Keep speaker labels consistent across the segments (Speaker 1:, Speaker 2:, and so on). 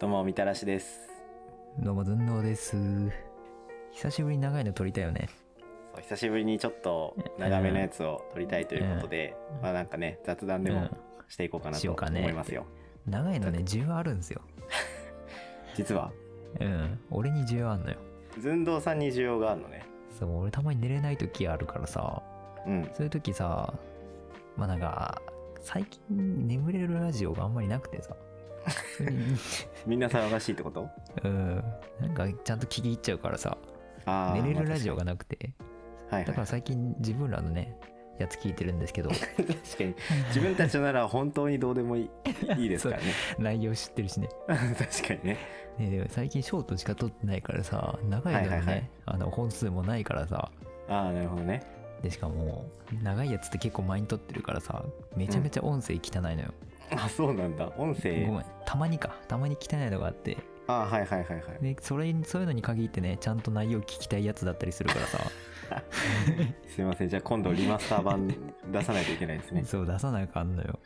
Speaker 1: どうもみたらしです
Speaker 2: どうもずんどうです久しぶりに長いの撮りたいよね
Speaker 1: そう久しぶりにちょっと長めのやつを撮りたいということで、
Speaker 2: うん
Speaker 1: まあなんかね雑談でも
Speaker 2: うん
Speaker 1: していこうかな
Speaker 2: し
Speaker 1: と
Speaker 2: ようかね
Speaker 1: 思いますよ,、
Speaker 2: 長いのね需要あるんですよ
Speaker 1: 実は
Speaker 2: うん俺に需要あんのよ
Speaker 1: 寸胴さんに需要があるのね
Speaker 2: そう俺たまに寝れない時あるからさ
Speaker 1: うん
Speaker 2: そういう時さまあなんか最近眠れるラジオがあんまりなく てさ
Speaker 1: みんな騒がしいってこと
Speaker 2: うんなんかちゃんと聞き入っちゃうからさ
Speaker 1: あ
Speaker 2: 寝れるラジ
Speaker 1: オ、
Speaker 2: オがなくて
Speaker 1: はいはい
Speaker 2: だから最近自分らのねやつ聞いてるんで すけど
Speaker 1: 確 かに自分たちなら本当にどうでもいいいいですからね
Speaker 2: 内容知ってるしね
Speaker 1: 確かにね
Speaker 2: ねでも最近ショートしか撮ってないからさ長いのもね、
Speaker 1: はいはいはい
Speaker 2: あの本数もないからさ
Speaker 1: ああなるほどね
Speaker 2: でしかも長いやつって結構前に撮ってるからさめちゃめちゃ音声汚いのよ、
Speaker 1: あそうなんだ音声
Speaker 2: ごめんたまにかたまに汚いのがあって
Speaker 1: ああはいはいはいはい
Speaker 2: でそれそういうのに限ってねちゃんと内容聞きたいやつだったりするからさ、
Speaker 1: すいませんじゃあ今度リマスター版出さないといけないです ね
Speaker 2: そう出さないかんのよ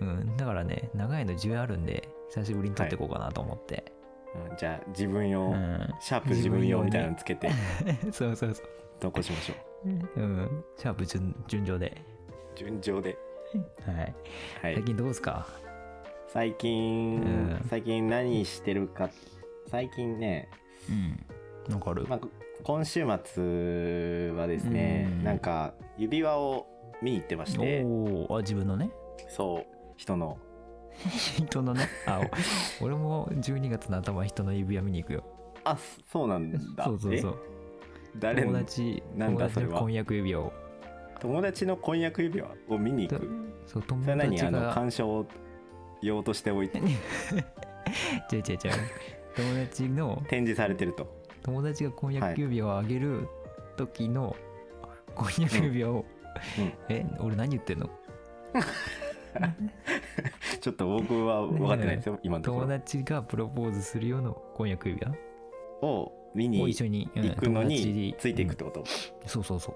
Speaker 2: うんだからね長いの10あるんで久しぶりに撮っていこうかなと思って、
Speaker 1: うんじゃあ自分用、
Speaker 2: うん
Speaker 1: シャープ自分用みたいなのつけて
Speaker 2: そうそうそう
Speaker 1: 投稿しましょう
Speaker 2: うんシャープ順順調で
Speaker 1: 順調で、
Speaker 2: はい
Speaker 1: は
Speaker 2: 最
Speaker 1: い、
Speaker 2: 近どうすか
Speaker 1: 最近、
Speaker 2: うん
Speaker 1: 最近何してるか最近ね、
Speaker 2: うんなんかある、
Speaker 1: まあ、今週末はですね、
Speaker 2: うん
Speaker 1: なんか指輪を見に行ってまして
Speaker 2: おおあ自分 のね
Speaker 1: そう人の
Speaker 2: 人のねあ お俺も12月の頭人の指輪見に行くよ
Speaker 1: あそそうなんだ
Speaker 2: そうそうそ
Speaker 1: え
Speaker 2: う
Speaker 1: 誰
Speaker 2: 友
Speaker 1: の
Speaker 2: 達
Speaker 1: なん
Speaker 2: 友
Speaker 1: だ
Speaker 2: 達
Speaker 1: それ
Speaker 2: の
Speaker 1: は
Speaker 2: 婚約指輪を
Speaker 1: 友達の婚約指輪を見に行く
Speaker 2: そ
Speaker 1: そ
Speaker 2: う友
Speaker 1: れは何
Speaker 2: 達
Speaker 1: あの
Speaker 2: が
Speaker 1: 鑑賞用としておいて
Speaker 2: 違う違う違う友達の
Speaker 1: 展示されてると
Speaker 2: 友達が婚約指輪をあげる時の婚約指輪を、
Speaker 1: うんうん
Speaker 2: え俺何言ってんの
Speaker 1: ちょっと僕は分かってないですよ今のとこ
Speaker 2: 友
Speaker 1: ろ
Speaker 2: 達がプロポーズするような婚約指輪
Speaker 1: を見に
Speaker 2: を一緒に、うん
Speaker 1: 行くの
Speaker 2: 友達
Speaker 1: に
Speaker 2: に
Speaker 1: ついていくってこと、
Speaker 2: うんそうそうそう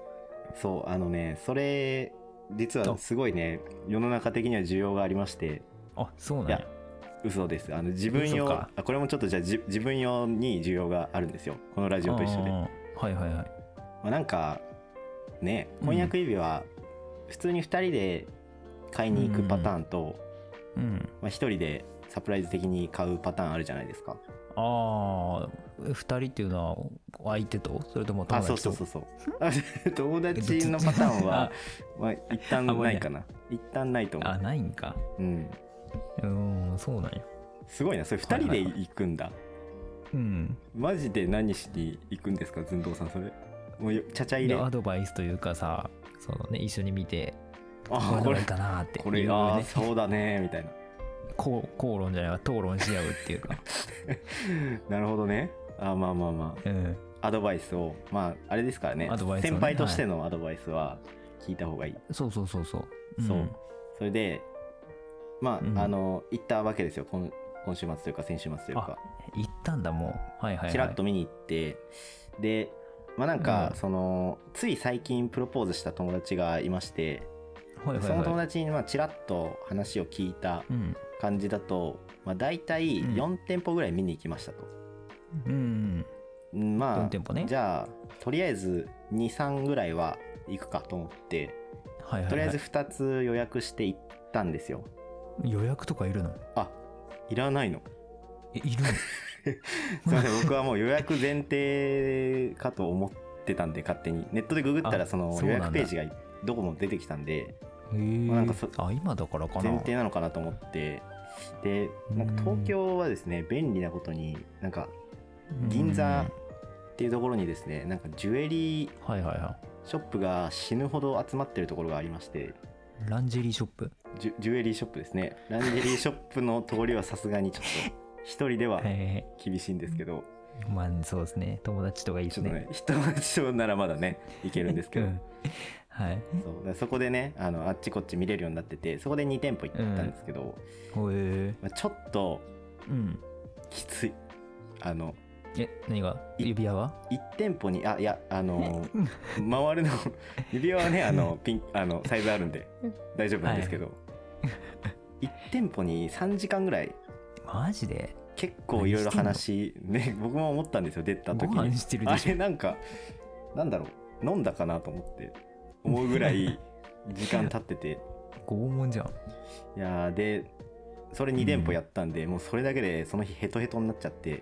Speaker 1: そうあのねそれ実は
Speaker 2: あ
Speaker 1: すごいね世の中的には需要がありまして
Speaker 2: あそうなん
Speaker 1: い
Speaker 2: や
Speaker 1: や嘘ですあの自分
Speaker 2: 嘘
Speaker 1: 用
Speaker 2: か
Speaker 1: あこれもちょっとじゃあじ自分用に需要があるんですよこのラジオと一緒で、ま
Speaker 2: あーはいはいはい
Speaker 1: あ、なんかね
Speaker 2: うん
Speaker 1: 婚約指輪、普通に2人で買いに行くパターンと、
Speaker 2: うん
Speaker 1: まあ、1人でサプライズ的に買うパターンあるじゃないですか
Speaker 2: ああ2人っていうのは相手とそれとも友
Speaker 1: あ
Speaker 2: 達と
Speaker 1: そうそうそうそうあ 友達のパターンはまあ、一旦
Speaker 2: あもう
Speaker 1: な
Speaker 2: ね
Speaker 1: いかな一旦ないと思
Speaker 2: あ
Speaker 1: う、
Speaker 2: ないんか
Speaker 1: うん、
Speaker 2: うーんそうなんや
Speaker 1: すごいなそれ2人で行くんだ、
Speaker 2: うん
Speaker 1: マジで何しに行くんですか寸胴さんそれもうよちゃちゃ入れ
Speaker 2: でアドバイスというかさそのね一緒に見てこう
Speaker 1: あ
Speaker 2: いう
Speaker 1: こ
Speaker 2: のがい
Speaker 1: れ
Speaker 2: いかなって
Speaker 1: これ
Speaker 2: いう
Speaker 1: あー
Speaker 2: ね
Speaker 1: そうだねみたいな
Speaker 2: こう口論じゃないわ討論し合うっていうか
Speaker 1: なるほどねあーまあまあま
Speaker 2: うん
Speaker 1: あアドバイスをまああれですからね
Speaker 2: アドバイスをね
Speaker 1: 先輩としてのアドバイスは聞いた方がいい、
Speaker 2: そうそうそうそう、
Speaker 1: そうんそれでまあ、
Speaker 2: うん
Speaker 1: あの行ったわけですよ今今週末というか先週末というか
Speaker 2: 行ったんだもうはいはいはい
Speaker 1: ちらっと見に行ってでまあなんか、
Speaker 2: うん
Speaker 1: そのつい最近プロポーズした友達がいまして
Speaker 2: はいはい
Speaker 1: その友
Speaker 2: はい
Speaker 1: 達にまあちらっと話を聞いた
Speaker 2: うん
Speaker 1: 感じだと、まあ、大体
Speaker 2: うん
Speaker 1: 4店舗ぐらい見に行きましたと、
Speaker 2: うん
Speaker 1: うんま
Speaker 2: 4
Speaker 1: あ
Speaker 2: 店舗ね
Speaker 1: じゃあとりあえず23ぐらいは行くかと思って
Speaker 2: はいはいはい
Speaker 1: とりあえず2つ予約して行ったんですよ、
Speaker 2: 予約とかいるの
Speaker 1: あいらないの
Speaker 2: えいるの
Speaker 1: すいませ ん僕はもう予約前提かと思ってたんで勝手にネットでググったら
Speaker 2: あ
Speaker 1: その
Speaker 2: そう
Speaker 1: 予
Speaker 2: なんだ
Speaker 1: 約ページがどこも出てきたんで
Speaker 2: へ
Speaker 1: まあなんかそ
Speaker 2: えあ今だからかな
Speaker 1: 前提なのかなと思ってでなんか東京はですね便利なことになんか銀座っていうところにですねなんかジュエリー
Speaker 2: うんはいはいは
Speaker 1: ショップが死ぬほど集まってるところがありまして
Speaker 2: いランジェリーショップ
Speaker 1: ジュジュエリーショップですねランジェリーショップの通りはさすがにちょっと 一人では
Speaker 2: え
Speaker 1: 厳しいんですけど
Speaker 2: えまあそうですね友達とかいいで
Speaker 1: ち
Speaker 2: す
Speaker 1: ょっと
Speaker 2: ね
Speaker 1: ね人とならまだねいけるんですけ
Speaker 2: う
Speaker 1: ど
Speaker 2: んはい
Speaker 1: そうだからそこでねあのあっちこっち見れるようになっててそこで2店舗行ったんですけど、
Speaker 2: ほえ
Speaker 1: まあちょっと
Speaker 2: うん
Speaker 1: きついあの
Speaker 2: え何が
Speaker 1: い
Speaker 2: 指輪は
Speaker 1: 1店舗にあいやあの 回 るの指輪はねあのピンあのサイズあるんで大丈夫なんですけど、1店舗に3時間ぐらい
Speaker 2: マジで
Speaker 1: 結構いろいろ話、ね、僕も思ったんですよ出た時
Speaker 2: ご飯
Speaker 1: に
Speaker 2: してる
Speaker 1: あ
Speaker 2: でし
Speaker 1: れなんかなんだろう飲んだかなと思って思うぐら い時間経ってて
Speaker 2: ょ拷問じゃん
Speaker 1: いやーでそれ2店舗やったんで、もうそれだけでその日ヘトヘトになっちゃって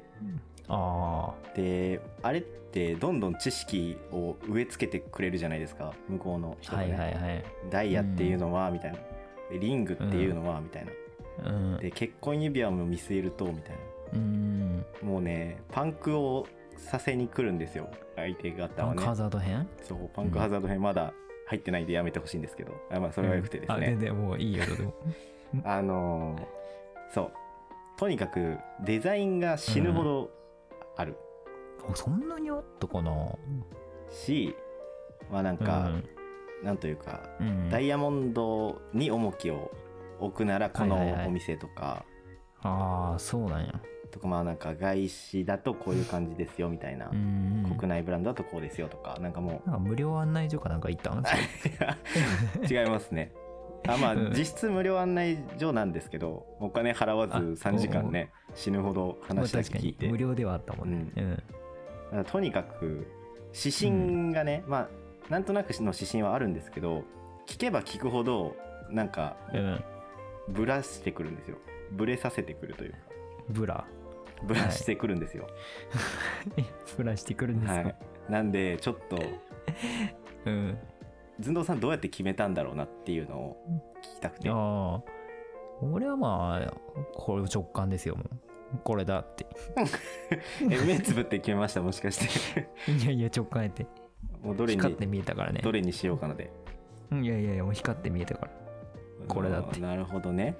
Speaker 2: あ
Speaker 1: であれってどんどん知識を植え付けてくれるじゃないですか向こうの人
Speaker 2: あ
Speaker 1: が
Speaker 2: は
Speaker 1: ね、
Speaker 2: いはいはい
Speaker 1: ダイヤっていうのは、みたいなでリングっていうのは、みたいな
Speaker 2: うん
Speaker 1: で結婚指輪も見据えるとみたい
Speaker 2: うん
Speaker 1: なもうねパンクをさせに来るんですよ相手方
Speaker 2: パ
Speaker 1: は
Speaker 2: ンクハ
Speaker 1: ね
Speaker 2: ザード編
Speaker 1: そうパンクハザード編まだ入ってないんでやめてほしいんですけど、あまあそれはよくてです
Speaker 2: あ全
Speaker 1: ね、
Speaker 2: 然もういいよでも
Speaker 1: あのーそうとにかくデザインが死ぬほどある
Speaker 2: あそんなにあったかな
Speaker 1: し、まあなんか、なんというか
Speaker 2: うんうん
Speaker 1: ダイヤモンドに重きを置くならこ
Speaker 2: はいはいは
Speaker 1: の
Speaker 2: い
Speaker 1: お店とか、
Speaker 2: ああそうなんや
Speaker 1: とかまあなんか外資だとこういう感じですよみたいな、
Speaker 2: うんうん
Speaker 1: 国内ブランドだとこうですよとかなんかも
Speaker 2: なんか無料案内所かなんか行ったん
Speaker 1: う違いますねあまあ
Speaker 2: うん
Speaker 1: 実質無料案内所なんですけどお金払わず
Speaker 2: あ
Speaker 1: 3時間ね死ぬほど話だ
Speaker 2: 確
Speaker 1: け聞
Speaker 2: か
Speaker 1: い
Speaker 2: に
Speaker 1: て
Speaker 2: 無料ではあったもんねうん、
Speaker 1: だからとにかく指針がね、まあなんとなくの指針はあるんですけど聞けば聞くほどなんか
Speaker 2: うん、
Speaker 1: ブラしてくるんですよブレさせてくるというか
Speaker 2: ブラ
Speaker 1: ブラしてくるんですよ、
Speaker 2: ブラしてくるんです
Speaker 1: は
Speaker 2: か、
Speaker 1: い、なんでちょっと
Speaker 2: うん
Speaker 1: ずんどうさんどうやって決めたんだろうなっていうのを聞きたくてあ
Speaker 2: ああ俺はまあこれ直感ですよもうこれだって
Speaker 1: え目つぶって決めましたも しかして
Speaker 2: いやいや直感やって
Speaker 1: もうどれ
Speaker 2: 光っ
Speaker 1: に
Speaker 2: て見えたからね
Speaker 1: どれにしようかなで
Speaker 2: いやいやいやもう光って見えたからこれだって
Speaker 1: なるほどね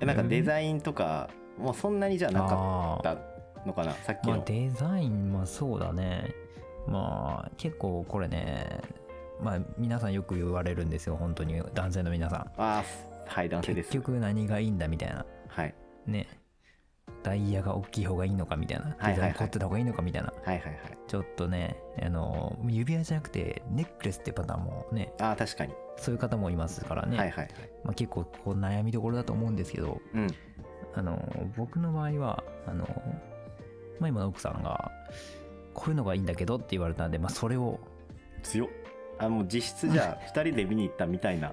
Speaker 1: えなんかデザインとかもうそんなにじゃなか
Speaker 2: あ
Speaker 1: っ
Speaker 2: あ
Speaker 1: たのかなさっき
Speaker 2: まあ
Speaker 1: の
Speaker 2: デザインもそうだねまあ結構これねまあ皆さんよく言われるんですよ本当に男性の皆さん
Speaker 1: あーはい男性で
Speaker 2: 結
Speaker 1: す
Speaker 2: 局何がいいんだみたいな
Speaker 1: はい
Speaker 2: ねダイヤが大きい方がいいのかみたいな
Speaker 1: はいはいはい
Speaker 2: デザイン凝ってた方がいいのかみたいな
Speaker 1: はいはいはい
Speaker 2: ちょっとねあの指輪じゃなくてネックレスってパターンもね
Speaker 1: あー確かに、
Speaker 2: そういう方もいますからね、
Speaker 1: はいはいはい
Speaker 2: まあ、結構こう悩みどころだと思うんですけど
Speaker 1: うん
Speaker 2: あの僕の場合はあの、まあ、今の奥さんがこういうのがいいんだけどって言われたんで、まあ、それを、
Speaker 1: 強っあもう実質じ ゃあ2人で見に行ったみたいな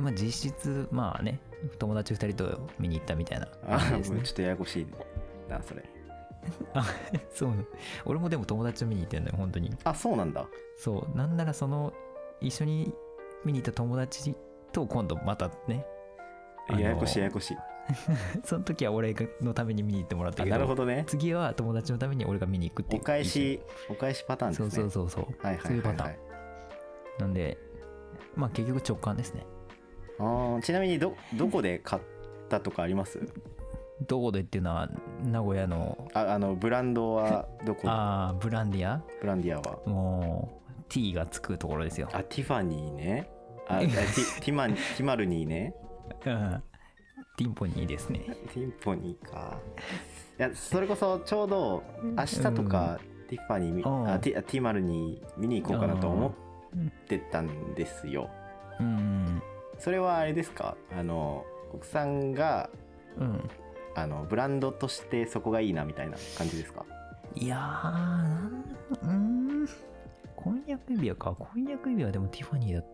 Speaker 2: まあ、実質まあね友達2人と見に行ったみたいな
Speaker 1: あ
Speaker 2: 感じで
Speaker 1: ー
Speaker 2: す
Speaker 1: もう
Speaker 2: ね
Speaker 1: ちょっとややこしいなそれ
Speaker 2: そう俺もでも友達と見に行ってんだよ本当に
Speaker 1: あそうなんだ
Speaker 2: そうなんならその一緒に見に行った友達と今度またねあの
Speaker 1: ややこしいややこしい
Speaker 2: その時は俺のために見に行ってもらった
Speaker 1: あ
Speaker 2: けど
Speaker 1: なるほどね
Speaker 2: 次は友達のために俺が見に行くってい
Speaker 1: お
Speaker 2: う
Speaker 1: 返しお返しパターンです
Speaker 2: そ
Speaker 1: ね
Speaker 2: うそうそうそう
Speaker 1: はいはい
Speaker 2: そうい
Speaker 1: は
Speaker 2: う
Speaker 1: い、は
Speaker 2: パ
Speaker 1: い、
Speaker 2: ターンなんでまあ結局直感ですね
Speaker 1: あーちなみにどどこで買ったとかあります
Speaker 2: どこでっていうのは名古屋の
Speaker 1: ああのブランドはどこ
Speaker 2: ああブランディア
Speaker 1: ブランディアは
Speaker 2: もう T がつくところですよ、
Speaker 1: あティファニーね ああティティマンティマルニーね
Speaker 2: うん、ティンポニーですね
Speaker 1: ティンポニーかいやそれこそちょうど明日とかティファニー見、
Speaker 2: うん
Speaker 1: あティあティマルニー見に行こうかなと思ってたんですよ
Speaker 2: うん
Speaker 1: それはあれですかあの奥さんが
Speaker 2: うん
Speaker 1: あのブランドとしてそこがいいなみたいな感じですか
Speaker 2: いやーなんうん婚約指輪か婚約指輪でもティファニーだっ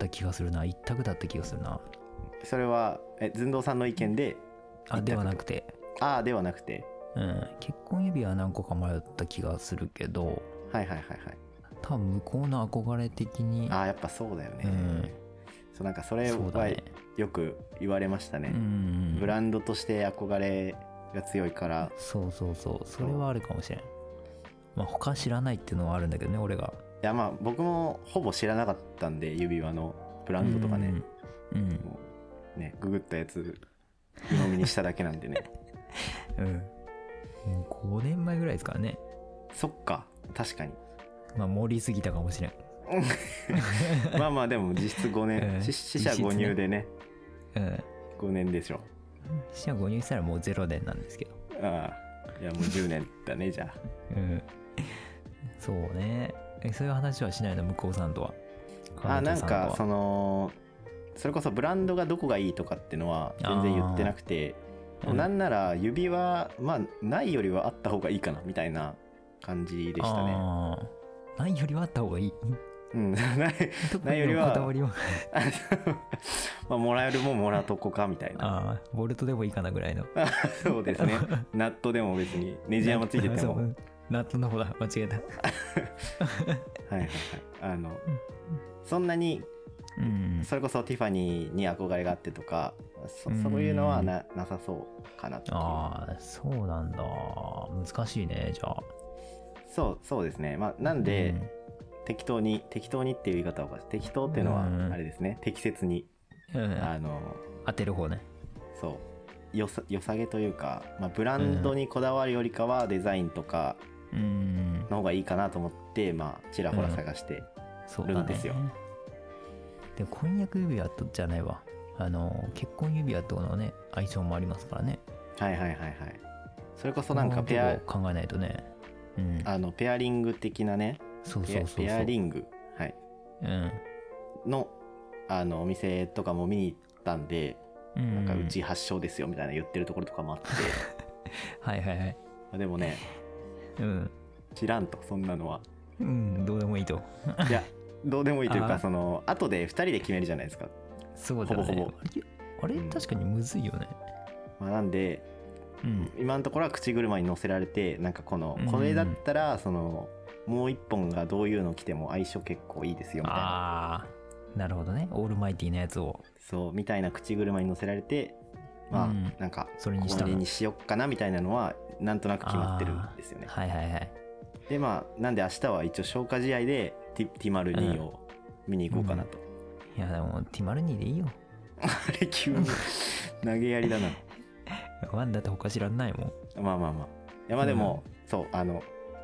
Speaker 2: た気がするな一択だった気がするな
Speaker 1: それはえ寸胴さんの意見で
Speaker 2: あ
Speaker 1: 一択
Speaker 2: ではなくて、
Speaker 1: ああではなくて
Speaker 2: うん、結婚指輪は何個か迷った気がするけど
Speaker 1: はいはいはいはい
Speaker 2: 多分向こうの憧れ的に
Speaker 1: ああやっぱそうだよね、
Speaker 2: うん
Speaker 1: そうなんかそれ
Speaker 2: そうだ
Speaker 1: は
Speaker 2: ね
Speaker 1: よく言われましたね
Speaker 2: うん
Speaker 1: ブランドとして憧れが強いから
Speaker 2: そうそうそうそれはあるかもしれんまあ他知らないっていうのはあるんだけどね俺が
Speaker 1: いやまあ僕もほぼ知らなかったんで指輪のブランドとかね、
Speaker 2: うん
Speaker 1: もうねググったやつ鵜呑みにしただけなんで ね
Speaker 2: うん、うんもう5年前ぐらいですからね
Speaker 1: そっか確かに
Speaker 2: まあ盛りすぎたかもしれん
Speaker 1: まあまあでも実質5
Speaker 2: うん
Speaker 1: 年し死者
Speaker 2: 実質ね
Speaker 1: 誤入でね
Speaker 2: うん
Speaker 1: 5年でしょ
Speaker 2: 死者誤入したらもう0年なんですけど
Speaker 1: ああいやもう10年だねじゃあ
Speaker 2: うんそうねえそういう話はしないの向こうさんとは
Speaker 1: あなんかそ
Speaker 2: の
Speaker 1: のそれこそブランドがどこがいいとかってのは全然言ってなくて
Speaker 2: うん
Speaker 1: なんなら指輪まあないよりはあった方がいいかなみたいな感じでしたね。
Speaker 2: あーないよりはあった方がい い。
Speaker 1: うん、ない
Speaker 2: 特
Speaker 1: ないより
Speaker 2: に
Speaker 1: は
Speaker 2: こだわりは。
Speaker 1: あのまあもらえるもんもらっとこうかみたいな。
Speaker 2: ああ、ボルトでもいいかなぐらいの。
Speaker 1: そうですね。ナットでも別にネジ山ついてて
Speaker 2: そう
Speaker 1: も。
Speaker 2: う
Speaker 1: は
Speaker 2: んナットの方だ、間違えた。
Speaker 1: いはいはい。あのそんなに
Speaker 2: うん。
Speaker 1: それこそティファニーに憧れがあってとかそ
Speaker 2: うん
Speaker 1: そういうのはななさそうかなっていう
Speaker 2: ああ、そうなんだ。難しいね、じゃあ。
Speaker 1: そうそうですねまあなんで、適当に適当にっていう言い方をおかしい適当っていうのは
Speaker 2: うん
Speaker 1: あれですね、適切に
Speaker 2: うん、うん
Speaker 1: あの
Speaker 2: 当てる方ね。
Speaker 1: そうよさよさげというか、まあ、ブランドにこだわるよりかはデザインとか
Speaker 2: うん。
Speaker 1: の方がいいかなと思って、まあ、ちらほら探して、
Speaker 2: そう
Speaker 1: る
Speaker 2: だ
Speaker 1: ん
Speaker 2: ね
Speaker 1: ですよ
Speaker 2: で婚約指輪とじゃないわあの結婚指輪とのね相性もありますからね
Speaker 1: はいはいはいはいそれこそなんか
Speaker 2: こ
Speaker 1: ペ
Speaker 2: の
Speaker 1: ア
Speaker 2: とこ考えないとねうん
Speaker 1: あのペアリング的なね
Speaker 2: そうそう
Speaker 1: ペ
Speaker 2: そ
Speaker 1: ア
Speaker 2: うそう
Speaker 1: ペアリング、はい、
Speaker 2: うん
Speaker 1: のあのお店とかも見に行ったんで、
Speaker 2: うん
Speaker 1: なんかうち発祥ですよみたいな言ってるところとかもあ って
Speaker 2: はいはいはい
Speaker 1: まあでもね
Speaker 2: うん
Speaker 1: 知らんとそんなのは
Speaker 2: うんどうでもいいと
Speaker 1: いやどうでもいいという
Speaker 2: あ
Speaker 1: かその後で2人で決めるじゃないですか、
Speaker 2: そうだね
Speaker 1: ほぼほぼ
Speaker 2: あれあれ
Speaker 1: うん
Speaker 2: 確かにむずいよね
Speaker 1: まあ、なんで
Speaker 2: うん
Speaker 1: 今のところは口車に乗せられてなんかこの
Speaker 2: うん
Speaker 1: これだったらそのもう一本がどういうの着ても相性結構いいですよみたいな
Speaker 2: ああなるほどねオールマイティーなやつを
Speaker 1: そうみたいな口車に乗せられてまあ
Speaker 2: うん
Speaker 1: なんか
Speaker 2: それにし
Speaker 1: こ
Speaker 2: た
Speaker 1: れ
Speaker 2: の
Speaker 1: にしよっかなみたいなのはなんとなく決まってるんですよね
Speaker 2: はいはいはい
Speaker 1: でまあなんで明日は一応消化試合でティティマル2を見に行こうかなと、
Speaker 2: いやでもティマルニーでいいよ
Speaker 1: あれ急に投げやりだな
Speaker 2: ワンだって他知らんないもん
Speaker 1: まあまあまあいやまあでも、そうあの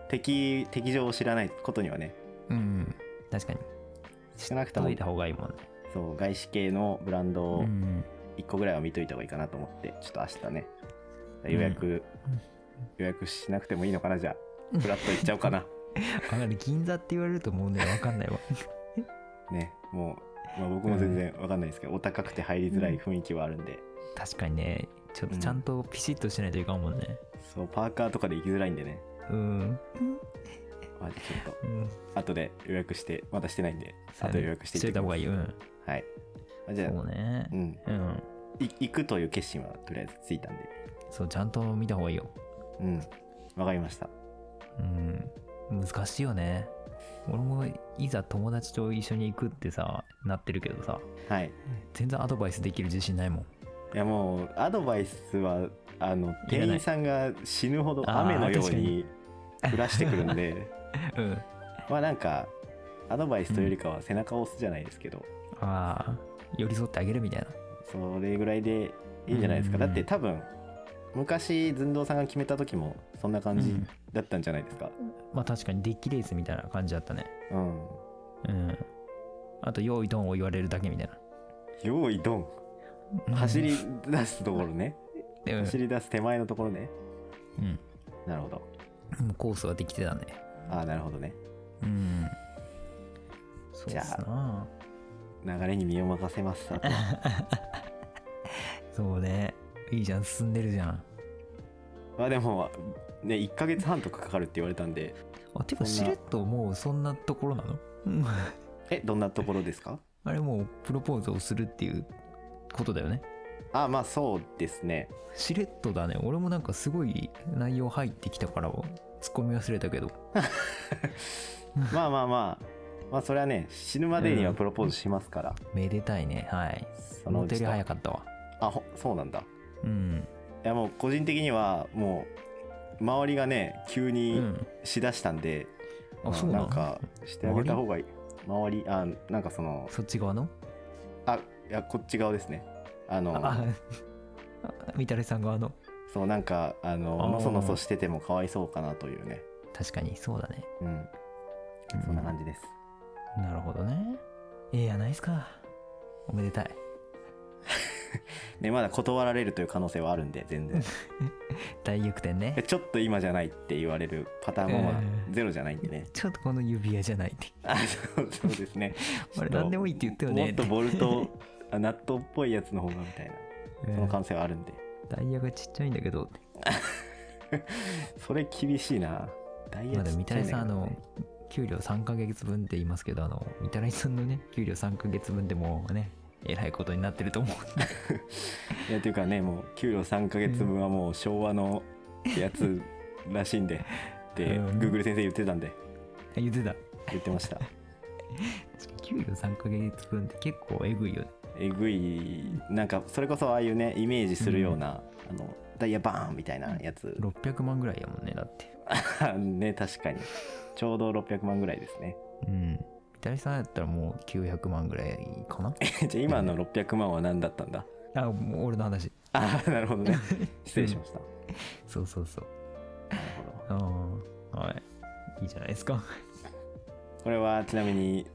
Speaker 1: 敵敵情を知らないことにはね
Speaker 2: うん確かに知
Speaker 1: 少なくとも
Speaker 2: っといた方がいいもんね
Speaker 1: そう外資系のブランド
Speaker 2: う
Speaker 1: を
Speaker 2: ん
Speaker 1: 1個ぐらいは見といた方がいいかなと思ってちょっと明日ね予約、予約しなくてもいいのかなじゃあフラッと行っちゃおうか な
Speaker 2: わかる銀座って言われると思うねわかんない わ
Speaker 1: ねもう、まあ、僕も全然わかんないですけど、お高くて入りづらい雰囲気はあるんで、
Speaker 2: 確かにねちょっとちゃんとピシッとしないといかんもんね
Speaker 1: そうパーカーとかで行きづらいんでね、
Speaker 2: うん、
Speaker 1: まあ、ちょっと
Speaker 2: うん、
Speaker 1: 後で予約してまだしてないんで
Speaker 2: そうや
Speaker 1: 後
Speaker 2: ね
Speaker 1: で予約してい
Speaker 2: しといた方がいいうん
Speaker 1: はいあじゃあ
Speaker 2: そうね
Speaker 1: うん
Speaker 2: うん
Speaker 1: い行くという決心はとりあえずついたんで
Speaker 2: そうちゃんと見た方がいいよ
Speaker 1: うんわかりました
Speaker 2: うん難しいよね俺もいざ友達と一緒に行くってさなってるけどさ
Speaker 1: はい
Speaker 2: 全然アドバイスできる自信ないもん
Speaker 1: いやもうアドバイスはあの
Speaker 2: い
Speaker 1: 店
Speaker 2: らない
Speaker 1: 員さんが死ぬほど
Speaker 2: あー
Speaker 1: 雨のよう
Speaker 2: 確か
Speaker 1: に降らしてくるん で
Speaker 2: うん
Speaker 1: まあなんかアドバイスというよりかは背中を押すじゃないですけど、
Speaker 2: ああ寄り添ってあげるみたいな
Speaker 1: それぐらいでいいんじゃないですか、
Speaker 2: うんうん
Speaker 1: だって多分昔寸堂さんが決めた時もそんな感じ
Speaker 2: うん
Speaker 1: だったんじゃないですか
Speaker 2: まあ確かにデッキレースみたいな感じだったね
Speaker 1: うん、
Speaker 2: うんあと「用意ドン」を言われるだけみたいな
Speaker 1: 用意ドン
Speaker 2: うん
Speaker 1: 走り出すところね、
Speaker 2: うん
Speaker 1: 走り出す手前のところね
Speaker 2: うん
Speaker 1: なるほど
Speaker 2: もうコースはできてたね
Speaker 1: ああなるほどね
Speaker 2: うんそう
Speaker 1: じゃ
Speaker 2: で
Speaker 1: あ
Speaker 2: すな
Speaker 1: 流れに身を任せます あとは
Speaker 2: そうねいいじゃん進んでるじゃん
Speaker 1: まあでもね1ヶ月半とかかかるって言われたんで
Speaker 2: あてか
Speaker 1: そ
Speaker 2: し
Speaker 1: んな
Speaker 2: れっともうそんなところなのうん
Speaker 1: えどんなところですか
Speaker 2: あれもうプロポーズをするっていうことだよね
Speaker 1: あまあそうです ね
Speaker 2: しれっとだね俺もなんかすごい内容入ってきたからツッコミ忘れたけど
Speaker 1: まあまあまあまあそれはね死ぬまでには
Speaker 2: うん
Speaker 1: プロポーズしますから、
Speaker 2: めでたいねはい
Speaker 1: その
Speaker 2: 思っ
Speaker 1: う
Speaker 2: た
Speaker 1: ち
Speaker 2: より
Speaker 1: と
Speaker 2: 早かったわ
Speaker 1: あほそうなんだ
Speaker 2: うん
Speaker 1: いやもう個人的にはもう周りがね急
Speaker 2: う
Speaker 1: に
Speaker 2: ん
Speaker 1: しだしたんで、
Speaker 2: あ
Speaker 1: まあ
Speaker 2: そうな
Speaker 1: な
Speaker 2: の
Speaker 1: んかしてあげた方がいい周りあなんかその
Speaker 2: そっち側の
Speaker 1: あいやこっち側ですねあの
Speaker 2: あ あみたれさん側の
Speaker 1: そうなんかあの
Speaker 2: あー
Speaker 1: のそのそしててもかわいそうかなというね
Speaker 2: 確かにそうだね
Speaker 1: うんそんな感じです、
Speaker 2: うんなるほどねええやないっすかおめでたい
Speaker 1: ねまだ断られるという可能性はあるんで全然
Speaker 2: 大逆転ね
Speaker 1: え ちょっと今じゃないって言われるパターンもまあ
Speaker 2: え
Speaker 1: ゼロじゃないんでね。
Speaker 2: ちょっとこの指輪じゃないって
Speaker 1: あそうそうです ね。
Speaker 2: あ
Speaker 1: ちょっ
Speaker 2: れ
Speaker 1: と
Speaker 2: 何でもいいって言ったよね
Speaker 1: もっとボルト、あナットっぽいやつの方がみたいな、その可能性はあるんで。
Speaker 2: ダイヤがちっちゃいんだけど、
Speaker 1: それ厳しいなダイ
Speaker 2: ま
Speaker 1: ヤ
Speaker 2: あで
Speaker 1: ちっ
Speaker 2: もみ
Speaker 1: ち
Speaker 2: た
Speaker 1: ゃい
Speaker 2: ら
Speaker 1: んだ
Speaker 2: さん、あ
Speaker 1: けど
Speaker 2: の
Speaker 1: ね、
Speaker 2: 給料3ヶ月分って言いますけど、あの、みたらいさんのね、給料3ヶ月分でもうね、えらいことになってると思うんで。
Speaker 1: いやというかねもう給料3ヶ月分はもう昭和のやつらしいんでって
Speaker 2: うん
Speaker 1: Google 先生言ってたんで
Speaker 2: 言ってた。
Speaker 1: 言ってました
Speaker 2: 給料3ヶ月分って結構えぐいよね。
Speaker 1: えぐいなんかそれこそああいうねイメージするような、あのダイヤバーンみたいなやつ
Speaker 2: 600万ぐらいやもんね、だって。
Speaker 1: ね確かにちょうど600万ぐらいですね
Speaker 2: うん。みたらいさんやったらもう900万ぐらいかな
Speaker 1: じゃあ今の600万は何だったんだ
Speaker 2: あ、もう俺の話。
Speaker 1: ああなるほ どね失礼しました
Speaker 2: そうそうそう。
Speaker 1: なるほど
Speaker 2: ああ、はい。いいじゃないです か。
Speaker 1: これはちなみに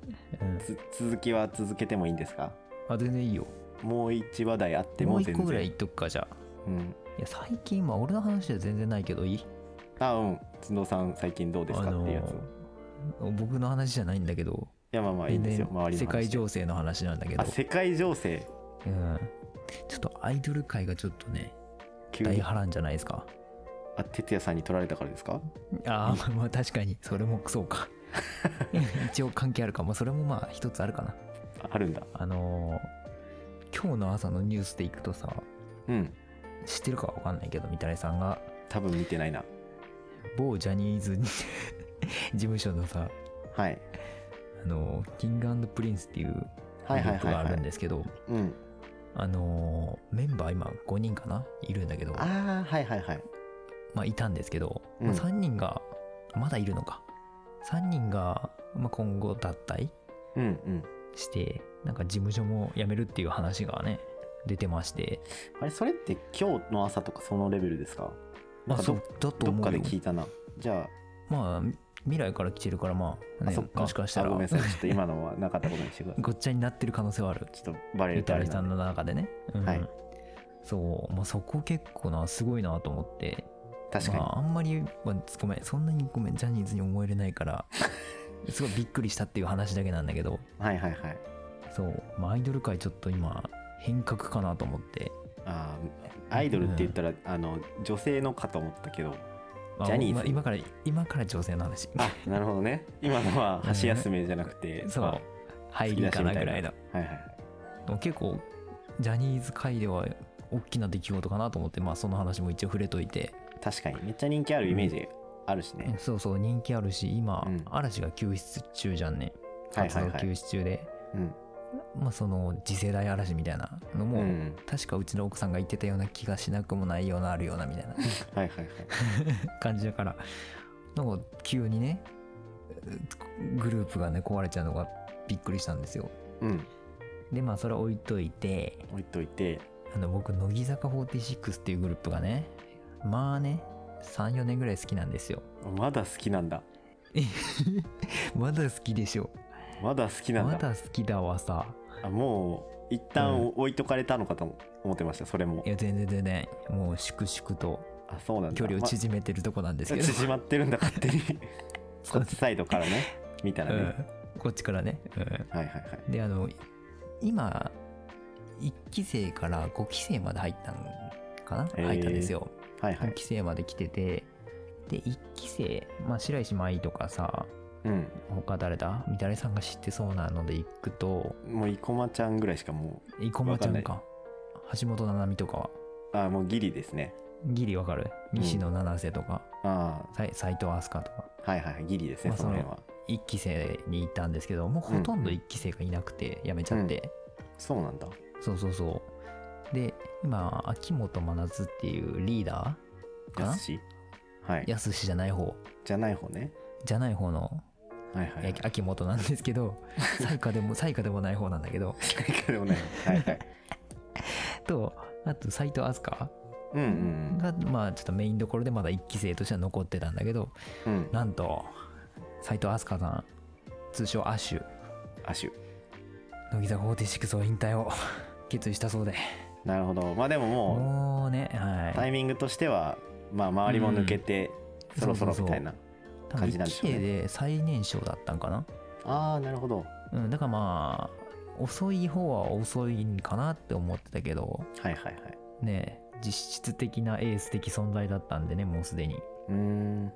Speaker 2: うん。
Speaker 1: つ続きは続けてもいいんですか
Speaker 2: あ、全然いいよ。
Speaker 1: もう一話題あって
Speaker 2: も
Speaker 1: も
Speaker 2: う
Speaker 1: 全
Speaker 2: 一
Speaker 1: 然
Speaker 2: 個ぐらい言っとくか、じゃあ。
Speaker 1: うん、
Speaker 2: いや、最近、まあ俺の話では全然ないけど、いい
Speaker 1: あうん角さん最近どうですかっていうやつ、
Speaker 2: あのー僕の話じゃないんだけど、
Speaker 1: いやまあまあいいんですよ
Speaker 2: 全然
Speaker 1: 周りの話
Speaker 2: 世界情勢の話なんだけど
Speaker 1: あ、世界情勢
Speaker 2: うん、ちょっとアイドル界がちょっとね
Speaker 1: 急
Speaker 2: 大
Speaker 1: に
Speaker 2: 波乱じゃないですか
Speaker 1: あ哲也さんに取られたからですか
Speaker 2: あーまあまあ確かにそれもそ うか一応関係あるかもそれもまあ一つあるかな
Speaker 1: ああるんだ
Speaker 2: あのー今日の朝のニュースでいくとさ
Speaker 1: うん
Speaker 2: 知ってるかわかんないけどみたらいさんが
Speaker 1: 多分見てないな
Speaker 2: 某ジャニーズ 事務所のさ
Speaker 1: はい
Speaker 2: あのーキングプリンスっていうグ
Speaker 1: はい
Speaker 2: ル
Speaker 1: はい
Speaker 2: ープ
Speaker 1: はい
Speaker 2: があ
Speaker 1: は
Speaker 2: るん
Speaker 1: い
Speaker 2: ですけど、
Speaker 1: うん
Speaker 2: あのーメンバー今5人かないるんだけど
Speaker 1: ああはいはいはい
Speaker 2: まあ、いたんですけど、
Speaker 1: うん
Speaker 2: まあ、3人がまだいるのか3人が、まあ、今後脱退
Speaker 1: うんうん
Speaker 2: してなんか事務所も辞めるっていう話がね出てまして
Speaker 1: あれそれって今日の朝とかそのレベルですかなんかど
Speaker 2: だと
Speaker 1: どっ
Speaker 2: 思
Speaker 1: か
Speaker 2: う
Speaker 1: で
Speaker 2: よ
Speaker 1: 聞いたなじゃ
Speaker 2: まあみ未来から来てるからまあ、
Speaker 1: あ,、
Speaker 2: ね、
Speaker 1: あそっか
Speaker 2: もしかしたら
Speaker 1: あごめん
Speaker 2: ご
Speaker 1: なさいちょっと今のはなかったことにして ください
Speaker 2: っちゃになってる可能性はある
Speaker 1: ちょっとバレ
Speaker 2: ゆ
Speaker 1: ると
Speaker 2: た
Speaker 1: あれ
Speaker 2: り
Speaker 1: な
Speaker 2: さん
Speaker 1: んで
Speaker 2: の中でね、うん
Speaker 1: はい
Speaker 2: そう、まあ、そこ結構なすごいなと思って
Speaker 1: 確かに、
Speaker 2: まあ、あんまり、まあ、ごめんそんなにごめんジャニーズに思えれないから すごいびっくりしたっていう話だけなんだけど
Speaker 1: はいはいはい
Speaker 2: そう、まあ、アイドル界ちょっと今変革かなと思って
Speaker 1: あーアイドルって言ったら、あの女性のかと思ったけど
Speaker 2: まあ
Speaker 1: ジャニーズ
Speaker 2: まあ今から今から女性の話
Speaker 1: あなるほどね今のは
Speaker 2: うん
Speaker 1: 箸休めじゃなくて、
Speaker 2: そ
Speaker 1: ま
Speaker 2: う入りかなぐらいの
Speaker 1: あはいはいはい
Speaker 2: でも結構ジャニーズ界では大きな出来事かなと思ってまあその話も一応触れといて、
Speaker 1: 確かにめっちゃ人気あるイメージあるしね、
Speaker 2: そうそう人気あるし今、
Speaker 1: うん
Speaker 2: 嵐が休止中じゃんね
Speaker 1: はい
Speaker 2: 活
Speaker 1: はい
Speaker 2: 動
Speaker 1: は
Speaker 2: 休
Speaker 1: い、
Speaker 2: 止中で、
Speaker 1: うん
Speaker 2: まあその次世代嵐みたいなのも、
Speaker 1: うん、
Speaker 2: 確かうちの奥さんが言ってたような気がしなくもないようなあるようなみたいな
Speaker 1: はいはいはい
Speaker 2: 感じだからなんか急にねグループがね壊れちゃうのがびっくりしたんですよ
Speaker 1: うん
Speaker 2: でまあそれは置いといて
Speaker 1: 置いといて
Speaker 2: あの僕乃木坂46っていうグループがねまあね34年ぐらい好きなんですよ
Speaker 1: まだ好きなんだ
Speaker 2: まだ好きでしょ
Speaker 1: まだ好きなん
Speaker 2: ま
Speaker 1: だ
Speaker 2: だ好きだわさ
Speaker 1: あもう一
Speaker 2: う
Speaker 1: 旦置いとかれたのかと思ってましたそれも
Speaker 2: いや全然全然もう粛々と
Speaker 1: あそうなんだ
Speaker 2: 距離を
Speaker 1: ま
Speaker 2: 縮めてるとこなんですけ ど、
Speaker 1: 縮まってるんだ勝手 にこっちサイドからね見たら
Speaker 2: う
Speaker 1: ね、
Speaker 2: んこっちからね、うん、
Speaker 1: はいはいはい
Speaker 2: であの今1期生から5期生まで入ったんかな
Speaker 1: へー
Speaker 2: 入ったんですよ、
Speaker 1: はいは
Speaker 2: 5
Speaker 1: い
Speaker 2: 期生まで来ててで1期生、まあ、白石麻衣とかさ
Speaker 1: うん
Speaker 2: 他誰だみたれさんが知ってそうなので行くと
Speaker 1: もう生駒ちゃんぐらいしかも
Speaker 2: 生駒ちゃん
Speaker 1: わ
Speaker 2: か橋本七海とかは
Speaker 1: うあもうギリですね
Speaker 2: ギリわかる
Speaker 1: ん
Speaker 2: 西野七瀬とか
Speaker 1: あ
Speaker 2: 斎、斉藤飛鳥とか
Speaker 1: あはいはいはいギリですね、
Speaker 2: まあ
Speaker 1: その辺は
Speaker 2: 1期生に行ったんですけどもうほとんど
Speaker 1: うん
Speaker 2: 1期生がいなくて辞めちゃって、
Speaker 1: そうなんだ
Speaker 2: そうそうそう。で、今、秋元真夏っていうリーダーか
Speaker 1: や
Speaker 2: な
Speaker 1: すしはい
Speaker 2: やすしじゃない方、
Speaker 1: じゃない方ね
Speaker 2: じゃない方の、
Speaker 1: はいはい、はい
Speaker 2: え、秋元なんです けど、最下でも、最下でもない方なんだけど、
Speaker 1: いくら でもないはいはい
Speaker 2: と、あと斎藤飛鳥
Speaker 1: うん
Speaker 2: が、まあちょっとメインどころでまだ1期生としては残ってたんだけど、
Speaker 1: うんうん
Speaker 2: なんと、斎藤飛鳥さん、通称アッシュ、
Speaker 1: アシュ
Speaker 2: 乃木坂46を引退を 決意したそうで、
Speaker 1: なるほどまあでもも
Speaker 2: もうね、
Speaker 1: うタ
Speaker 2: はい。
Speaker 1: イミングとしてはまあ周りも抜けて、
Speaker 2: うん
Speaker 1: そろそろ
Speaker 2: そうそ
Speaker 1: みた
Speaker 2: うそう
Speaker 1: いな
Speaker 2: 多分
Speaker 1: 感じなん
Speaker 2: 1
Speaker 1: で
Speaker 2: 期
Speaker 1: しょうね
Speaker 2: 生で最年少だったんかな
Speaker 1: ああなるほど
Speaker 2: うん、だからまあ遅い方は遅いんかなって思ってたけど
Speaker 1: はいはいはい
Speaker 2: ねえ実質的なエース的存在だったんでねもうすでに
Speaker 1: うーん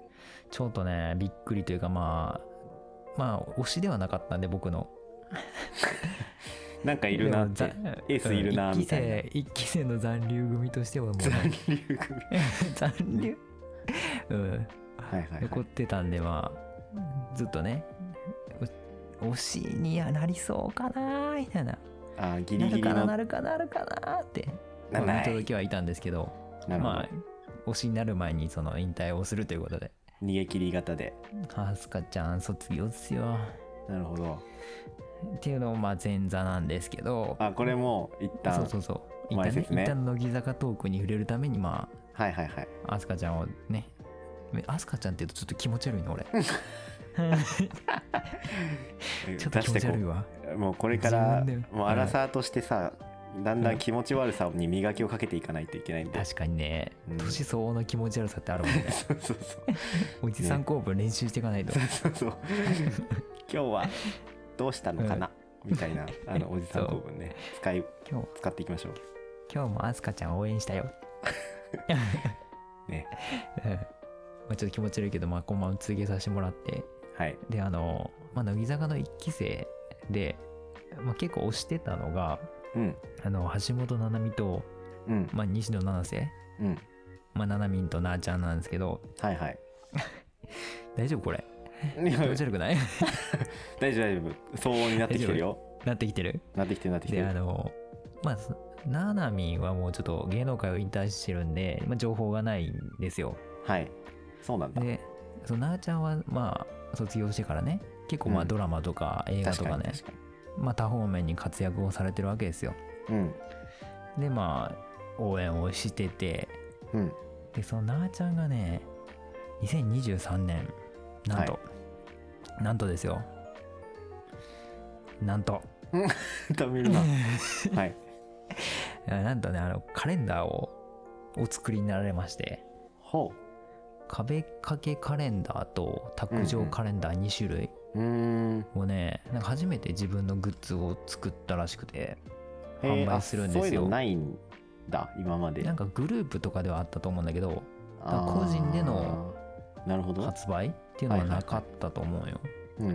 Speaker 2: ちょっとねびっくりというかまあまあ推しではなかったんで僕の
Speaker 1: なんかいるなって
Speaker 2: でもざ
Speaker 1: エースいるな
Speaker 2: うん
Speaker 1: みたいな
Speaker 2: 一期生一期生の残留組としてはもう
Speaker 1: 残留組
Speaker 2: 残留うん
Speaker 1: はいはい、はい、
Speaker 2: 残ってたんでまあずっとねう推しにはなりそうかなみたいな
Speaker 1: あーギリ
Speaker 2: な
Speaker 1: ギリ
Speaker 2: るかな
Speaker 1: の
Speaker 2: なるかなるかなって
Speaker 1: な
Speaker 2: まあ
Speaker 1: な
Speaker 2: 見
Speaker 1: い
Speaker 2: 届けはいたんですけど
Speaker 1: なるほど、
Speaker 2: まあ推しになる前にその引退をするということで
Speaker 1: 逃げ切り型で
Speaker 2: はすかちゃん卒業っすよ
Speaker 1: なるほど
Speaker 2: っていうのをまあ前座なんですけど
Speaker 1: あこれも一旦
Speaker 2: そうそうそう一
Speaker 1: 前
Speaker 2: 旦,、ね
Speaker 1: 説ね
Speaker 2: 一旦乃木坂トークに触れるためにま
Speaker 1: はいはいはい
Speaker 2: あアスカちゃんをねアスカちゃんって言うとちょっと気持ち悪いの俺
Speaker 1: え
Speaker 2: ちょっと気持ち悪いわ
Speaker 1: もうこれから
Speaker 2: 自分で
Speaker 1: もうアラサーとしてさ、だんだん気持ち悪さに磨きをかけていかないといけないんで、
Speaker 2: 確かにね、
Speaker 1: うん
Speaker 2: 年相応の気持ち悪さってあるもんね
Speaker 1: そうそうそう
Speaker 2: おじさん公文練習していかないと、
Speaker 1: そうそうそ う今日はどうしたのかな、みたいなあのおじさん
Speaker 2: そう
Speaker 1: 構文ね使い
Speaker 2: 今日
Speaker 1: 使っていきましょ
Speaker 2: 今日もアスカちゃん応援したよ
Speaker 1: う ね
Speaker 2: うんまあちょっと気持ち悪いけどまあこんばん告げさせてもらって
Speaker 1: はい
Speaker 2: であの、まあ、乃木坂の1期生で、まあ、結構推してたのが
Speaker 1: うん
Speaker 2: あの橋本七海と、
Speaker 1: うん
Speaker 2: まあ、西野七瀬、
Speaker 1: うん
Speaker 2: まあ、七海となあちゃんなんですけど
Speaker 1: はいはい
Speaker 2: 大丈夫これ
Speaker 1: いや
Speaker 2: 気持ち悪くない
Speaker 1: 大丈夫大丈夫相応になってきてるよ
Speaker 2: なってきてる
Speaker 1: なってきてるなってきて
Speaker 2: で
Speaker 1: る
Speaker 2: あのまあななみんはもうちょっと芸能界を引退してるんで、まあ、情報がないんですよ
Speaker 1: はいそうなんだ
Speaker 2: でそのなあちゃんはまあ卒業してからね結構ま
Speaker 1: う
Speaker 2: あ
Speaker 1: ん
Speaker 2: ドラマとか映画
Speaker 1: 確
Speaker 2: と
Speaker 1: か
Speaker 2: か
Speaker 1: に
Speaker 2: ね、
Speaker 1: 確か
Speaker 2: まあ多方面に活躍をされてるわけですよ
Speaker 1: にうん
Speaker 2: でまあ応援をしてて
Speaker 1: うん
Speaker 2: でそのなあちゃんがね2023年なんと、なんとですよなんと
Speaker 1: 食べるなはい
Speaker 2: いやなんとねあのカレンダーをお作りになられまして
Speaker 1: ほ
Speaker 2: 壁掛けカレンダーと卓上カレンダー2種類
Speaker 1: ううーん
Speaker 2: をね、なんか初めて自分のグッズを作ったらしくて
Speaker 1: えー
Speaker 2: 販売するんですよ
Speaker 1: あそういうのないんだ今まで
Speaker 2: なんかグループとかではあったと思うんだけど
Speaker 1: あー
Speaker 2: 個人での
Speaker 1: なるほど、
Speaker 2: 発売っていうのはなかったと思うよ、
Speaker 1: う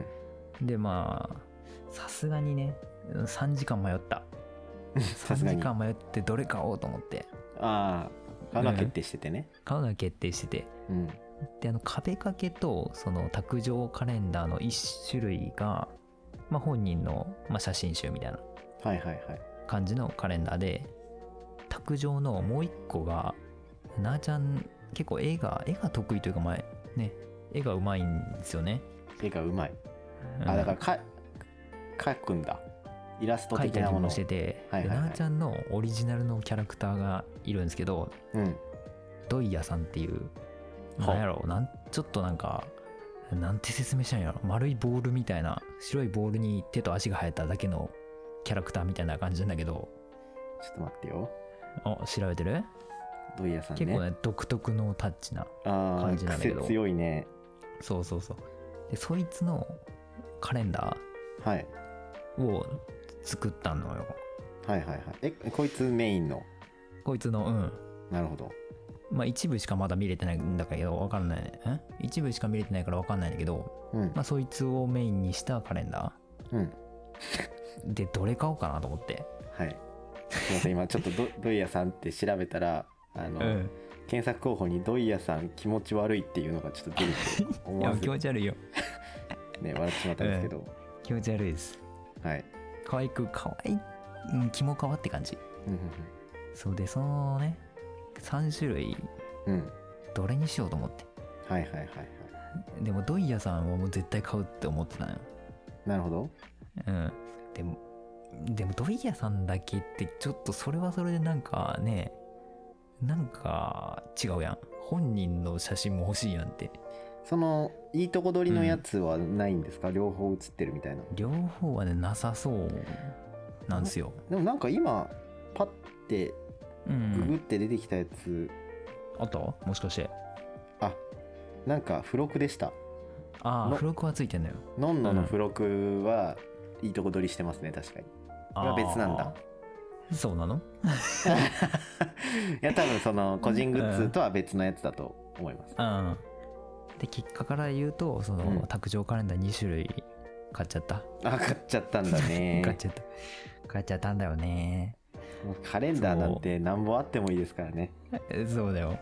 Speaker 1: ん、
Speaker 2: でまあさすがにね3時間迷った
Speaker 1: さす
Speaker 2: 3
Speaker 1: が
Speaker 2: 時
Speaker 1: にあ
Speaker 2: 間迷ってどれ買おうと思って
Speaker 1: あー買うのは決定しててね
Speaker 2: 買うのが決定してて
Speaker 1: うん
Speaker 2: であの壁掛けとその卓上カレンダーの1種類が、まあ、本人の、まあ、写真集みたいな
Speaker 1: はいはいはい
Speaker 2: 感じのカレンダーで卓上のもう1個がなあちゃん結構絵が絵が得意というか前ね絵がうまいんですよね、
Speaker 1: 絵がうまい、
Speaker 2: うん
Speaker 1: あだからか描くんだイラスト
Speaker 2: 描い
Speaker 1: 的
Speaker 2: た
Speaker 1: な
Speaker 2: り
Speaker 1: もの
Speaker 2: もしてて、
Speaker 1: はいはいはい
Speaker 2: でなあちゃんのオリジナルのキャラクターがいるんですけど
Speaker 1: うん
Speaker 2: ドイヤさんっていう
Speaker 1: はあ
Speaker 2: なんやろなんちょっとなんかなんて説明したらいいんやろ丸いボールみたいな白いボールに手と足が生えただけのキャラクターみたいな感じなんだけど
Speaker 1: ちょっと待ってよ
Speaker 2: あ調べてる
Speaker 1: ドイヤさんね
Speaker 2: 結構ね独特のタッチな
Speaker 1: ああ
Speaker 2: 感じなんだけ
Speaker 1: 癖
Speaker 2: ど
Speaker 1: 強いね
Speaker 2: そうそうそうでそいつのカレンダ
Speaker 1: はい
Speaker 2: ーを作ったのよ
Speaker 1: はいはいはいえこいつメインの
Speaker 2: こいつのうん
Speaker 1: なるほど
Speaker 2: まあ一部しかまだ見れてないんだけど分かんないねん一部しか見れてないから分かんないんだけど
Speaker 1: うん
Speaker 2: まあそいつをメインにしたカレンダ
Speaker 1: うん
Speaker 2: ーでどれ買おうかなと思って
Speaker 1: はいすいません今ちょっとドドイヤさんって調べたらあの、
Speaker 2: うん
Speaker 1: 検索候補にドイヤさん気持ち悪いっていうのがちょっと出てきて
Speaker 2: い
Speaker 1: 思
Speaker 2: や
Speaker 1: わ
Speaker 2: 気
Speaker 1: ず
Speaker 2: 持ち悪いよ
Speaker 1: ね笑ってしまったんですけど、
Speaker 2: 気持ち悪いです
Speaker 1: はい、
Speaker 2: 可愛く可愛い、うん、肝皮って感じ
Speaker 1: うんうん
Speaker 2: そうでそのね3種類
Speaker 1: うんうん
Speaker 2: どれにしようと思って
Speaker 1: はいはいはいはい
Speaker 2: でもドイヤさんはもう絶対買うって思ってたのよ
Speaker 1: なるほど
Speaker 2: うんでもでもドイヤさんだけってちょっとそれはそれでなんかねなんか違うやん本人の写真も欲しいやんって
Speaker 1: そのいいとこ取りのやつはないんですか、両方写ってるみたいな
Speaker 2: 両方はねなさそうなんですよ、
Speaker 1: でもなんか今パッて
Speaker 2: う
Speaker 1: ググっ
Speaker 2: ん、
Speaker 1: て出てきたやつ、
Speaker 2: あともしかして
Speaker 1: あなんか付録でした
Speaker 2: あ
Speaker 1: の
Speaker 2: あ付録はついてんのよ
Speaker 1: のんのの
Speaker 2: うん
Speaker 1: 付録は、いいとこ取りしてますね確かにこれは別なんだ
Speaker 2: あそうなの
Speaker 1: いや多分そ の個人グッズとは別のやつだと思います、
Speaker 2: うんで結果から言うとその、
Speaker 1: うん
Speaker 2: 卓上カレンダー2種類買っちゃった、
Speaker 1: あ買っちゃったんだね
Speaker 2: 買っちゃった買っちゃったんだよね
Speaker 1: もうカレンダーなんて何本あってもいいですからね
Speaker 2: えそう だよ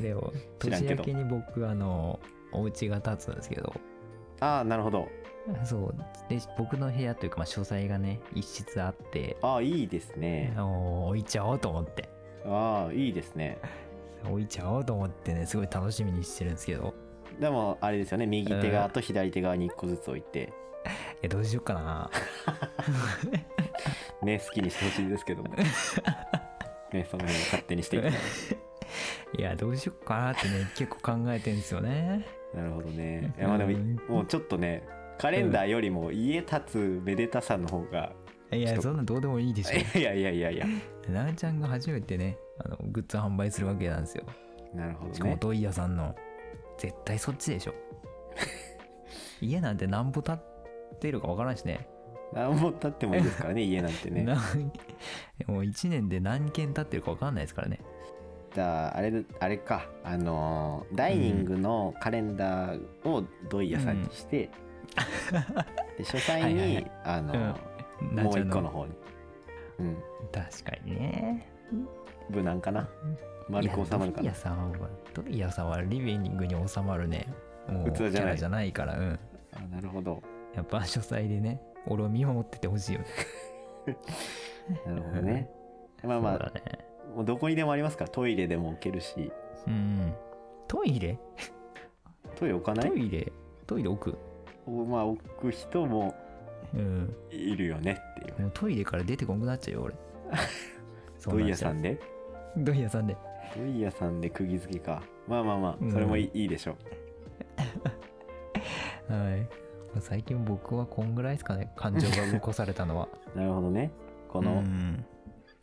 Speaker 2: でも
Speaker 1: 知らん
Speaker 2: 年
Speaker 1: け
Speaker 2: 明
Speaker 1: ど
Speaker 2: けに僕あのお家が建つんですけど
Speaker 1: ああなるほど
Speaker 2: そうで僕の部屋というか、まあ、書斎がね一室あって
Speaker 1: ああいいですね
Speaker 2: お置いちゃおうと思って
Speaker 1: ああいいですね
Speaker 2: 置いちゃおうと思ってねすごい楽しみにしてるんですけど
Speaker 1: でもあれですよね右手側と左手側に1個ずつ置いて
Speaker 2: えどうしようかな
Speaker 1: ね好きにしてほしいですけ どもねその辺を勝手にしていって
Speaker 2: いやどうしようかなってね結構考えてるんですよね
Speaker 1: なるほどねいやまあでも
Speaker 2: うん
Speaker 1: もうちょっとねカレンダーよりも家立つめでたさの方が、ち
Speaker 2: い
Speaker 1: ょっ
Speaker 2: や
Speaker 1: と
Speaker 2: そんなどうでもいいでしょ
Speaker 1: いやいやいやいや
Speaker 2: なあちゃんが初めてねあのグッズ販売するわけなんですよ
Speaker 1: なるほど
Speaker 2: しかも
Speaker 1: ね
Speaker 2: トイヤさんの絶対そっち でしょ家なんて何歩経ってるかわからんしね
Speaker 1: 何も立ってもいいですから ね家なんてね
Speaker 2: なもう1年で何件経ってるかわかんないですからね
Speaker 1: じゃああれあれかあのーダイニングのカレンダーを土井屋さんにして、で書斎に
Speaker 2: はいはいは
Speaker 1: あのー
Speaker 2: なあ
Speaker 1: もう
Speaker 2: ちゃ
Speaker 1: 一
Speaker 2: ん
Speaker 1: 個の方に、うん、
Speaker 2: 確かにね
Speaker 1: 無難かな丸く収まるか
Speaker 2: いや
Speaker 1: な
Speaker 2: ドイヤさんはドイヤさんはリビングに収まるねもう
Speaker 1: 器じゃない
Speaker 2: キャラじゃないからうん
Speaker 1: あなるほど
Speaker 2: やっぱ書斎でね俺を見守っててほしいよね
Speaker 1: なるほどね まあま
Speaker 2: そう
Speaker 1: あ
Speaker 2: だね
Speaker 1: もうどこにでもありますからトイレでも置けるし
Speaker 2: うんトイレ
Speaker 1: トイレ置かない
Speaker 2: トイレトイレ奥
Speaker 1: まあ置く人も
Speaker 2: うん
Speaker 1: いるよねっていう
Speaker 2: もうトイレから出てこなくなっちゃうよ 俺そう
Speaker 1: 土井
Speaker 2: なちゃ
Speaker 1: 屋さんで
Speaker 2: ドイヤさんで
Speaker 1: 土井屋さんで釘付けかまあまあま
Speaker 2: う
Speaker 1: あ
Speaker 2: ん
Speaker 1: それもいい,、いいでしょう
Speaker 2: はい最近僕はこんぐらいですかね感情が動かされたの は
Speaker 1: なるほどねこ
Speaker 2: こ
Speaker 1: の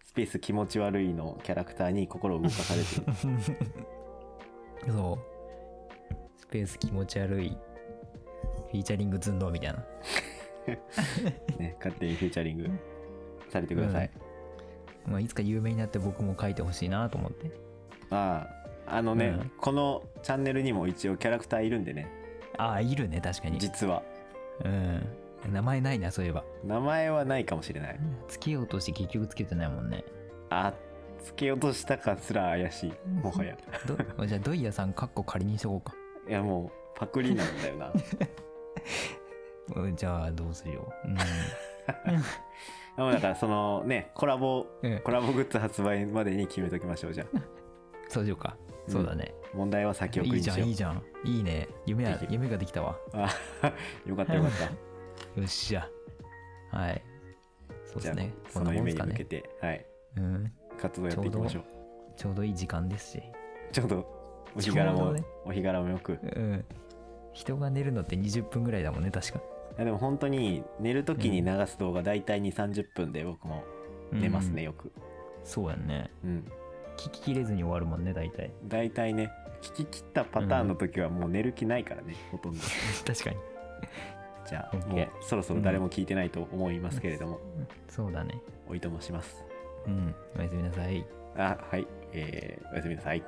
Speaker 1: スペース気持ち悪いのキャラクターに心を動かされてる
Speaker 2: そうスペース気持ち悪いフィーチャリング寸胴みたいな
Speaker 1: ね勝手にフューチャリングされてください、
Speaker 2: まあ、いつか有名になって僕も書いてほしいなと思って
Speaker 1: まああのね、
Speaker 2: うん
Speaker 1: このチャンネルにも一応キャラクターいるんでね
Speaker 2: ああいるね確かに
Speaker 1: 実は
Speaker 2: うん名前ないなそういえば
Speaker 1: 名前はないかもしれない
Speaker 2: つけようとして結局つけてないもんね
Speaker 1: あつけ落としたかすら怪しいもはや
Speaker 2: ど じゃあドイヤさんカッコ仮にしとこうか
Speaker 1: いやもうパクリなんだよ な
Speaker 2: うんじゃあどうするよ
Speaker 1: でもだからそのねコラボ
Speaker 2: うん、うん
Speaker 1: コラボグッズ発売までに決めときましょうじゃあ
Speaker 2: そうしようか、
Speaker 1: うん
Speaker 2: そうだね
Speaker 1: 問題は先送り
Speaker 2: いい
Speaker 1: にし
Speaker 2: じ
Speaker 1: よ
Speaker 2: ゃ
Speaker 1: うん
Speaker 2: いいじゃんいいね夢や
Speaker 1: ぜひ
Speaker 2: 夢ができたわ
Speaker 1: あ よかった よかった
Speaker 2: よっしゃはいそう
Speaker 1: じ
Speaker 2: で
Speaker 1: ゃ
Speaker 2: す
Speaker 1: あ
Speaker 2: ねこ
Speaker 1: そ
Speaker 2: んな
Speaker 1: の
Speaker 2: もん
Speaker 1: 夢
Speaker 2: です
Speaker 1: に
Speaker 2: か
Speaker 1: 向け
Speaker 2: ね、
Speaker 1: て、はい
Speaker 2: うん、
Speaker 1: 活動やっていきましょう
Speaker 2: ちょうどいい時間ですし、
Speaker 1: ちょっとお日柄
Speaker 2: ちょ
Speaker 1: も、
Speaker 2: うどね
Speaker 1: お日柄もよくい
Speaker 2: うん、人が寝るのって20分ぐらいだもんね確か
Speaker 1: やでも本当に寝る時に流す動画大体2 3 0分で僕も寝ますね、
Speaker 2: うん
Speaker 1: よく
Speaker 2: そうやんね
Speaker 1: うん
Speaker 2: 聞ききれずに終わるもんね 大体
Speaker 1: 大体ね聞き切ったパターンの時はもう寝る気ないからね、ほとんど
Speaker 2: 確かに
Speaker 1: じゃあ
Speaker 2: OK
Speaker 1: もうそろそろ誰も聞いてないと思いますけれども、
Speaker 2: そうだね
Speaker 1: おいともします
Speaker 2: うんおやすみなさい
Speaker 1: あはいえー、おやすみなさい